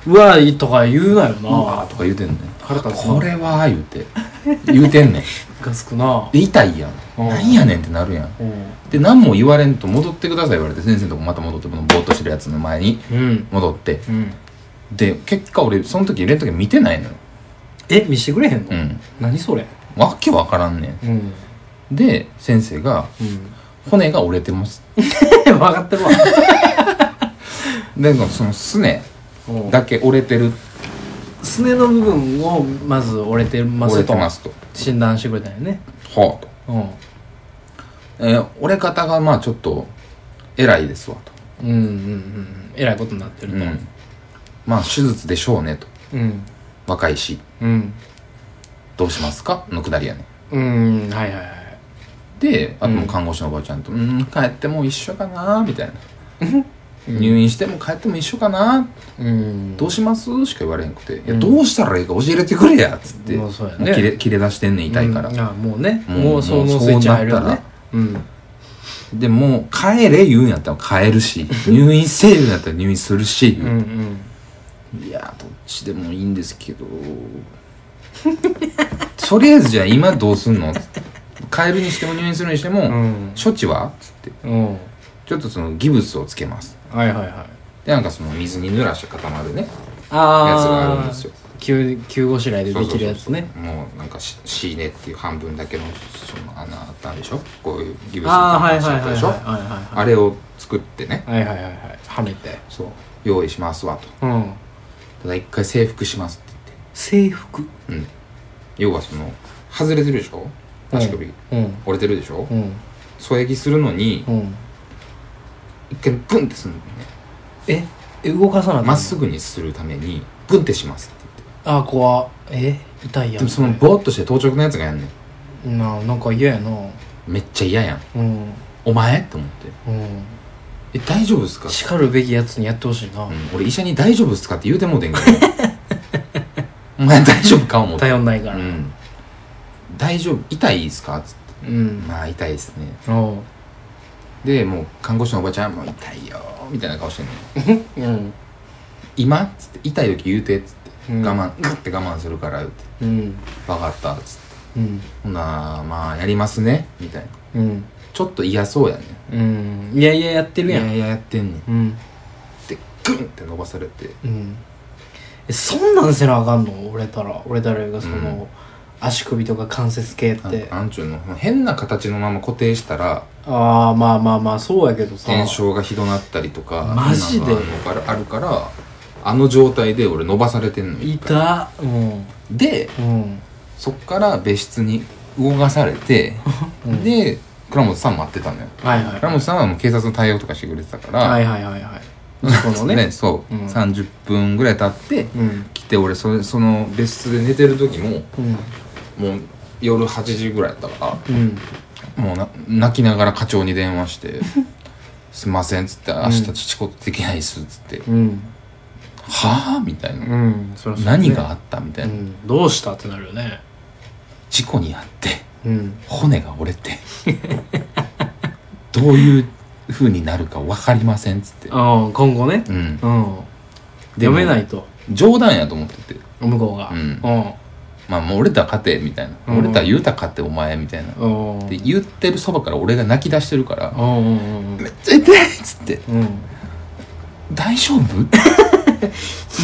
Speaker 1: うわいいとか言うなよ
Speaker 2: うわ
Speaker 1: な
Speaker 2: ーとか言うてんねん
Speaker 1: 腹立つな
Speaker 2: これはー言うて言うて んねん
Speaker 1: ガスくな
Speaker 2: で痛いやん
Speaker 1: うん
Speaker 2: 何やねんってなるやん
Speaker 1: うん
Speaker 2: で何も言われんと戻ってください言われて先生のとこまた戻ってこのぼーっとしてるやつの前に
Speaker 1: うん
Speaker 2: 戻って
Speaker 1: うん
Speaker 2: で結果俺その時レントゲン見てないのよ
Speaker 1: え見してくれへんの
Speaker 2: うん
Speaker 1: 何それ
Speaker 2: わけわからんね
Speaker 1: うん
Speaker 2: んで先生が骨が折れてます
Speaker 1: 分かってるわ
Speaker 2: でそのすね
Speaker 1: うん
Speaker 2: だけ折れてる
Speaker 1: すねの部分をまず折れてま
Speaker 2: 折
Speaker 1: す
Speaker 2: れて
Speaker 1: と
Speaker 2: ますと
Speaker 1: 診断してくれたんよね
Speaker 2: はあと、
Speaker 1: うん
Speaker 2: えー折れ方がまあちょっと偉いですわと、
Speaker 1: うんうんうんえらいことになってる
Speaker 2: う
Speaker 1: と
Speaker 2: ん、まあ手術でしょうねと
Speaker 1: うん
Speaker 2: 若いし
Speaker 1: うん
Speaker 2: どうしますかのくだりやねん
Speaker 1: うんはいはいはい
Speaker 2: であともううん看護師のおばあちゃんと「うん帰っても一緒かな」みたいな「入院しても帰っても一緒かな」
Speaker 1: うん
Speaker 2: どうします?」しか言われへんくて「い
Speaker 1: う
Speaker 2: や
Speaker 1: ん
Speaker 2: どうしたらいいか教えてくれや」っつって
Speaker 1: まあそうやね
Speaker 2: もう切れ切れ出してんねん痛いから、
Speaker 1: うんあもうね
Speaker 2: もう
Speaker 1: もうそのスイッチ入るよ
Speaker 2: もうそうなっ
Speaker 1: ね
Speaker 2: た
Speaker 1: うん
Speaker 2: でもう帰れ言うんやったら帰るし入院せえ言うんやったら入院するし、
Speaker 1: うんうん
Speaker 2: いやどっちでもいいんですけど とりあえずじゃあ今どうすんの?」つって帰るにしても入院するにしても、
Speaker 1: うん
Speaker 2: 処置は?」つって
Speaker 1: うん
Speaker 2: ちょっとそのギブスをつけます
Speaker 1: はいはいはい
Speaker 2: でなんかその水に濡らして固まるね
Speaker 1: あ
Speaker 2: やつがあるんですよ
Speaker 1: 急急ごしらえでできるやつね
Speaker 2: そうそうそうもうなんかしシーネっていう半分だけのその穴あったんでしょこういうギブスの
Speaker 1: ああはい
Speaker 2: し
Speaker 1: はいはい
Speaker 2: た
Speaker 1: はい
Speaker 2: でしょあ
Speaker 1: は
Speaker 2: れを作ってね
Speaker 1: いはいはいはいはいはいはいはめて
Speaker 2: そう用意しますわと
Speaker 1: うん
Speaker 2: ただ一回制服しますって
Speaker 1: 制服
Speaker 2: 言ってうん要はその外れてるでしょ足首、
Speaker 1: うん
Speaker 2: 折れてるでしょ、
Speaker 1: うん
Speaker 2: 添え木するのに
Speaker 1: うん
Speaker 2: 一回グンってするのね
Speaker 1: ええ動かさな
Speaker 2: まっすぐにするためにグンってしますって言っ
Speaker 1: ああ怖っえ痛い
Speaker 2: て
Speaker 1: や
Speaker 2: で
Speaker 1: ん
Speaker 2: もそのボーっとして当直のやつがやんねん
Speaker 1: なあなんか嫌やな
Speaker 2: めっちゃ嫌やん
Speaker 1: うん
Speaker 2: お前って思って
Speaker 1: うん
Speaker 2: え大丈夫ですか
Speaker 1: しかるべきやつにやってほしいな
Speaker 2: うん俺医者に「大丈夫っすか?」って言うてもうて んけどお前大丈夫か思って、
Speaker 1: 頼んないから
Speaker 2: うん、大丈夫痛いっすか?」っつって
Speaker 1: うん
Speaker 2: 「まあ痛いですね
Speaker 1: うん」
Speaker 2: でもう看護師のおばちゃん「もう痛いよ」みたいな顔してんの
Speaker 1: うん
Speaker 2: 「今?」っつって「痛い時言うて」っつって「
Speaker 1: うん
Speaker 2: 我慢グッて我慢するから」って
Speaker 1: うん
Speaker 2: 「分かった」っつっ
Speaker 1: う
Speaker 2: て
Speaker 1: ん
Speaker 2: 「ほなまあやりますね」みたいな
Speaker 1: うん
Speaker 2: ちょっと嫌そうやね
Speaker 1: うんいやいややって
Speaker 2: い
Speaker 1: るや
Speaker 2: や
Speaker 1: ん
Speaker 2: いややってんねん
Speaker 1: うん
Speaker 2: でグンって伸ばされて
Speaker 1: うんえそんなんせなあかんの折れたら折れたらいうかその、
Speaker 2: うん
Speaker 1: 足首とか関節系っ
Speaker 2: な
Speaker 1: て
Speaker 2: んなんちゅうの変な形のまま固定したら
Speaker 1: ああまあまあまあそうやけどさ
Speaker 2: 炎症がひどなったりとか
Speaker 1: マジで
Speaker 2: そんなのがあるからあるからあの状態で俺伸ばされてんの一回
Speaker 1: 痛っうん
Speaker 2: で
Speaker 1: うん
Speaker 2: そっから別室に動かされて、
Speaker 1: うん
Speaker 2: で倉本さん待ってたのよ
Speaker 1: はいはい
Speaker 2: 倉本さんはもう警察の対応とかしてくれてたから、
Speaker 1: はいはいはいはい事故のね
Speaker 2: ねそう、
Speaker 1: うん
Speaker 2: 30分ぐらい経って
Speaker 1: うん
Speaker 2: 来て俺それその別室で寝てる時も
Speaker 1: うん
Speaker 2: もう夜8時ぐらいだったから
Speaker 1: うん
Speaker 2: もうな泣きながら課長に電話して 「すいません」っつって「明日仕事できないっす」っつって「
Speaker 1: うん
Speaker 2: はあ?」みたいな、
Speaker 1: うんそりゃそうね
Speaker 2: 何があったみた
Speaker 1: う
Speaker 2: いな、
Speaker 1: んどうしたってなるよね
Speaker 2: 事故にあって
Speaker 1: うん
Speaker 2: 骨が折れてどういう風になるか分かりませんっつって、
Speaker 1: ああ今後ね
Speaker 2: うん、
Speaker 1: うん
Speaker 2: で
Speaker 1: 読
Speaker 2: も
Speaker 1: めないと
Speaker 2: 冗談やと思ってて
Speaker 1: 向こうが
Speaker 2: うんまあもう折れたら勝てみたいな、
Speaker 1: うん
Speaker 2: 折れたら言うたら勝てお前みたいな、
Speaker 1: うんうん
Speaker 2: で言ってるそばから俺が泣き出してるから、
Speaker 1: うんうんうん
Speaker 2: めっ 痛いっつって
Speaker 1: うん
Speaker 2: 「大 丈夫? 」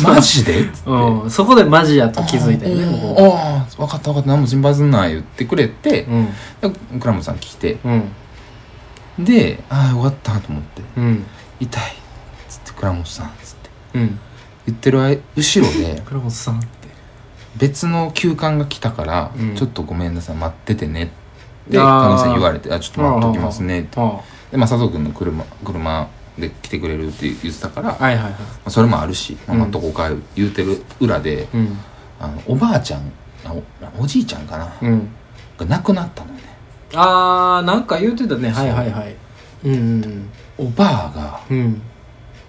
Speaker 2: マジで
Speaker 1: うん、そこでマジやと気づいたよね向こ
Speaker 2: ああ分かった分かった何も心配すんな」言ってくれて
Speaker 1: う、うん
Speaker 2: で倉本さん来て
Speaker 1: うん
Speaker 2: で「ああよかった」と思って
Speaker 1: うん
Speaker 2: 「痛い」っつって倉本さんっつって
Speaker 1: うん
Speaker 2: 言ってる間後 ろで
Speaker 1: 倉本さんって
Speaker 2: 別の休館が来たから
Speaker 1: うん
Speaker 2: 「ちょっとごめんなさい待っててね」って
Speaker 1: あー
Speaker 2: 亀井さん言われて「あちょっと待っときますね」って
Speaker 1: あ
Speaker 2: で、まあ、佐藤君の車車で来てくれるって言ってたから、
Speaker 1: あはいはいはい
Speaker 2: まあそれもあるし、まあ、
Speaker 1: うん
Speaker 2: 待っとこうか言うてる裏で、
Speaker 1: うん
Speaker 2: あのおばあちゃんあおおじいちゃんかな、
Speaker 1: うん
Speaker 2: が亡くなったのよね
Speaker 1: あーなんか言うてたねはいはいはいうんうん
Speaker 2: おばあが
Speaker 1: うん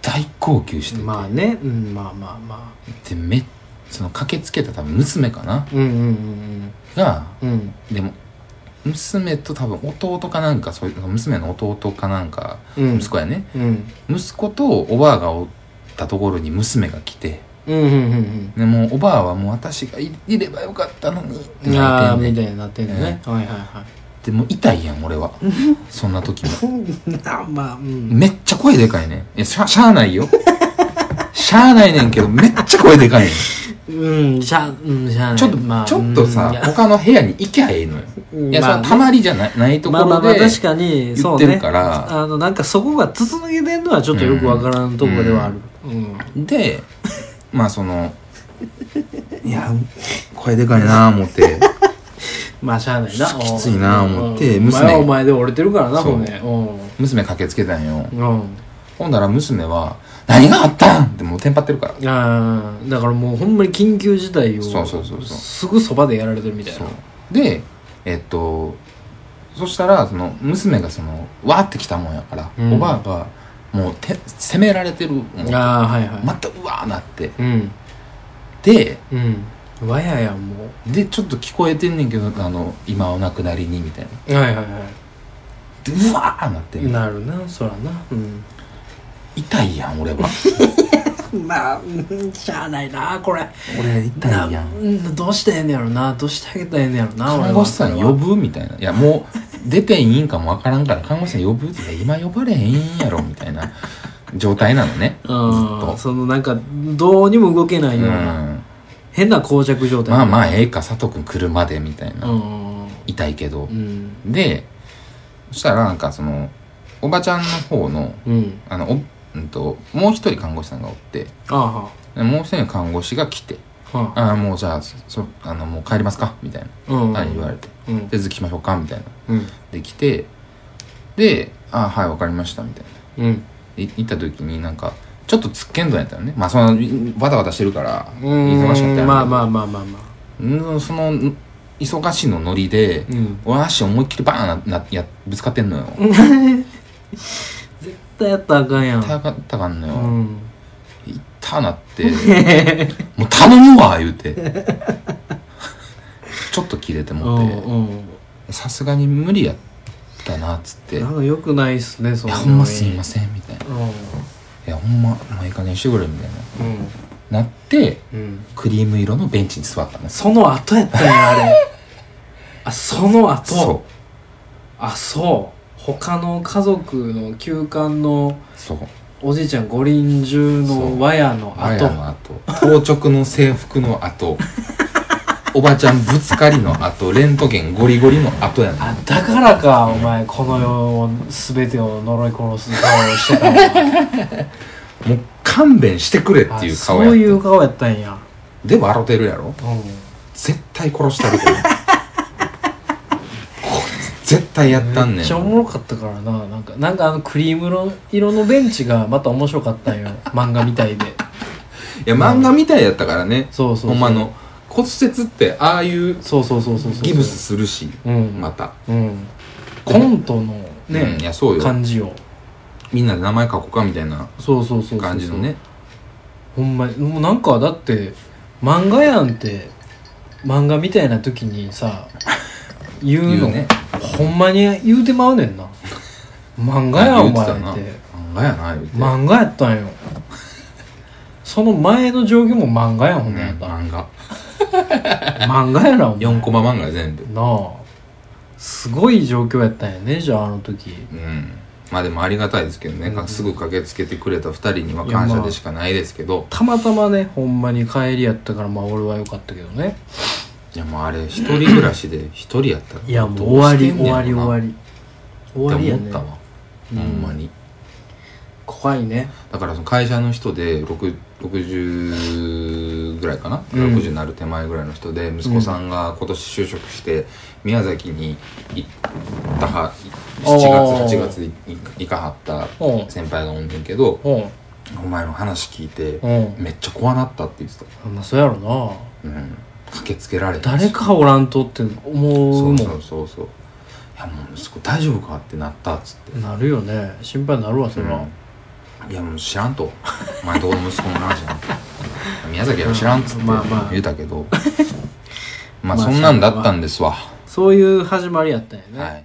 Speaker 2: 大号泣してて、
Speaker 1: まあねうんまあまあまあ
Speaker 2: でめその駆けつけた多分娘かな
Speaker 1: うんうん
Speaker 2: が
Speaker 1: うんうん
Speaker 2: でも娘と多分弟かなんかそういう娘の弟かなんか
Speaker 1: うんうん
Speaker 2: 息子やね、
Speaker 1: うん
Speaker 2: 息子とおばあがおったところに娘が来て
Speaker 1: うんうんうん
Speaker 2: でもうおばあはもう私がいいればよかったのにって
Speaker 1: うんあ
Speaker 2: な
Speaker 1: あ
Speaker 2: ってんね
Speaker 1: み
Speaker 2: ん
Speaker 1: たいになってんのねはいはいは
Speaker 2: でもう痛いやん 俺はそんな時も
Speaker 1: いあ まあうん
Speaker 2: めっちゃ声でかいねんいやしゃしゃあな いよしゃあないねんけどめっちゃ声でかいねん
Speaker 1: うんしゃうんしゃあない
Speaker 2: ちょっと、
Speaker 1: まあ
Speaker 2: ちょっとさ
Speaker 1: うんいや
Speaker 2: 他の部屋に行きゃええのよいや、
Speaker 1: まあ
Speaker 2: そのたまりじゃないないとこ
Speaker 1: まあま
Speaker 2: ろ
Speaker 1: あまあ
Speaker 2: で
Speaker 1: 確かに
Speaker 2: 言
Speaker 1: そう
Speaker 2: って
Speaker 1: ね
Speaker 2: るから
Speaker 1: あのなんかそこが筒抜けてんのはちょっとよくわからんところではあるうん
Speaker 2: でまあそのいや声でかいなあ思って
Speaker 1: まあしゃあないな
Speaker 2: きついな
Speaker 1: うん
Speaker 2: 思って
Speaker 1: うん
Speaker 2: 娘
Speaker 1: 前はお前で折れてるからな
Speaker 2: そう
Speaker 1: 骨うん
Speaker 2: 娘駆けつけたんよ
Speaker 1: うん
Speaker 2: ほんだら娘は「何があったん!」ってもうテンパってるから
Speaker 1: ああだからもうほんまに緊急事態を
Speaker 2: そうそうそうそう
Speaker 1: すぐそばでやられてるみたいな
Speaker 2: そうでえっとそしたらその娘がそのわーってきたもんやから、
Speaker 1: うん
Speaker 2: おばあがもうて責められてるもん
Speaker 1: ああはいはい、
Speaker 2: またうわーなって
Speaker 1: うん
Speaker 2: で
Speaker 1: うんわややんも
Speaker 2: でちょっと聞こえてんねんけどあの今お亡くなりにみたいな
Speaker 1: うはいはいは
Speaker 2: でうわーなってん
Speaker 1: い
Speaker 2: の
Speaker 1: なるなそらなう
Speaker 2: 痛いやん俺は
Speaker 1: んまあうんしゃあないなこれ
Speaker 2: 俺痛いやん
Speaker 1: んどうしてええねやろなどう してあげたらええねやろな
Speaker 2: 看護師さん呼ぶみたいないやもう出ていいんかもわからんから看護師さん呼ぶっていや今呼ばれへんやろみたいな状態なのね
Speaker 1: う
Speaker 2: ずっ
Speaker 1: ん
Speaker 2: と
Speaker 1: そのなんかどうにも動けな
Speaker 2: う
Speaker 1: い
Speaker 2: ん
Speaker 1: ような、変な膠着状態
Speaker 2: まあまあええか佐藤君来るまでみたいな、
Speaker 1: うん
Speaker 2: 痛いけど
Speaker 1: う、ん
Speaker 2: でそしたらなんかそのおばちゃんの方の
Speaker 1: うん
Speaker 2: あのお、うん、ともう一人看護師さんがおって
Speaker 1: ああは
Speaker 2: でもう一人の看護師が来て
Speaker 1: あ
Speaker 2: 「
Speaker 1: はあ
Speaker 2: ああもうじゃあそそあのもう帰りますか」みたいな、
Speaker 1: うん
Speaker 2: あ言われて
Speaker 1: うん
Speaker 2: 「で続きましょうか」みたいな
Speaker 1: うん
Speaker 2: で来てで「ああはいわかりました」みたいな
Speaker 1: うん
Speaker 2: で行った時になんかちょっとつっけんどんやったよねまあそのバタバタしてるから
Speaker 1: うーん
Speaker 2: 忙しかったよね
Speaker 1: まあまあまあまあまあ
Speaker 2: うんそのん忙しいのノリで、
Speaker 1: うん
Speaker 2: 俺足思いっきりバーンななやぶつかってんのよ、
Speaker 1: 絶対やったらあかんやん
Speaker 2: 痛かったかんのよ、
Speaker 1: うん
Speaker 2: いった なって、もう頼むわ言うて。ちょっと切れて
Speaker 1: う
Speaker 2: も
Speaker 1: ん
Speaker 2: っ
Speaker 1: うん
Speaker 2: て、さすがに無理やったなっつって、い
Speaker 1: なんか良くないっすねそ
Speaker 2: や
Speaker 1: の
Speaker 2: ほんますいませんみたいな、い
Speaker 1: うん
Speaker 2: やほんま、もういい加減にしてくれみたい
Speaker 1: うん
Speaker 2: な。なって、
Speaker 1: うん
Speaker 2: クリーム色のベンチに座ったの。
Speaker 1: その後やったんやあれ あその後
Speaker 2: そう。
Speaker 1: あそう他の家族の休館の
Speaker 2: そう。
Speaker 1: おじいちゃん五輪中の和屋の
Speaker 2: あ
Speaker 1: 後
Speaker 2: の後、当直の制服の 後、おばちゃんぶつかりの後、レントゲンゴリゴリの後やな。
Speaker 1: あだからかお前この世を全てを呪い殺す顔をしてたんや
Speaker 2: もう勘弁してくれ って
Speaker 1: あ
Speaker 2: いう顔
Speaker 1: そ
Speaker 2: やっ
Speaker 1: う
Speaker 2: た
Speaker 1: いう顔やったんや
Speaker 2: で笑ってるやろ
Speaker 1: う
Speaker 2: 絶対殺した ると思うこいつ絶対やったん
Speaker 1: んめ
Speaker 2: ね
Speaker 1: っ
Speaker 2: ん
Speaker 1: ちゃおもろかったからななんかなんかあのクリームの色のベンチがまた面白かった んよ漫画みたいで
Speaker 2: いや漫画みたいやったからね
Speaker 1: そうそうそう
Speaker 2: ほんまの骨折ってああいう
Speaker 1: そうそうそうそうそう
Speaker 2: ギブスするし
Speaker 1: うん、
Speaker 2: また
Speaker 1: うん、コントの
Speaker 2: うんい
Speaker 1: ね、
Speaker 2: やそうよ
Speaker 1: 感じを
Speaker 2: みんなで名前書こうかみたいな
Speaker 1: そうそうそうそう
Speaker 2: 感じのね
Speaker 1: ほんまにもうなんかだって漫画やんって漫画みたいな時にさ言うの
Speaker 2: 言うね
Speaker 1: ほんまに言うてまうねんな漫画やんお
Speaker 2: 言って
Speaker 1: 前
Speaker 2: た
Speaker 1: っ
Speaker 2: な
Speaker 1: て
Speaker 2: 漫画やな言うて
Speaker 1: 漫画やったんよその前の状況も漫画やんほ
Speaker 2: うんん
Speaker 1: なやったら
Speaker 2: 漫画
Speaker 1: 漫画やなお前
Speaker 2: 4コマ漫画や全部
Speaker 1: なあすごい状況やったんやねじゃああの時
Speaker 2: うんまあでもありがたいですけどね、かすぐ駆けつけてくれた2人には感謝でしかないですけど
Speaker 1: たまたまねほんまに帰りやったからまあ俺は良かったけどね
Speaker 2: いやもうあれ一人暮らしで一人やったら
Speaker 1: いやもう終わり
Speaker 2: どうしてんね
Speaker 1: 終
Speaker 2: や
Speaker 1: わ
Speaker 2: ろ
Speaker 1: り終
Speaker 2: な
Speaker 1: わり終わりや
Speaker 2: って思
Speaker 1: ね
Speaker 2: ったわほんまに
Speaker 1: 怖いね
Speaker 2: だからその会社の人で6 60ぐらいかな、
Speaker 1: うん
Speaker 2: 60になる手前ぐらいの人で息子さんが今年就職して宮崎に行ったは
Speaker 1: おー
Speaker 2: 7月8月に行かは
Speaker 1: お
Speaker 2: った
Speaker 1: う
Speaker 2: 先輩がおんねんけど
Speaker 1: うん
Speaker 2: お前の話聞いて
Speaker 1: うん
Speaker 2: めっちゃ怖なったって言ってた、
Speaker 1: まあそうやろな
Speaker 2: うん、駆けつけられたんです
Speaker 1: 誰
Speaker 2: よ
Speaker 1: かおらんとって思うも
Speaker 2: そ
Speaker 1: ん
Speaker 2: うそうそうそういやもう息子大丈夫かってなったっつって
Speaker 1: なるよね心配になるわそれは、
Speaker 2: いやもう知らんとお前んとこの息子もな知らん宮崎は知らんっつって
Speaker 1: まあまあ
Speaker 2: 言う たけど
Speaker 1: ま
Speaker 2: まあ
Speaker 1: あ
Speaker 2: そんなんだったんですわ、
Speaker 1: そういう始まりやったんやね、
Speaker 2: はい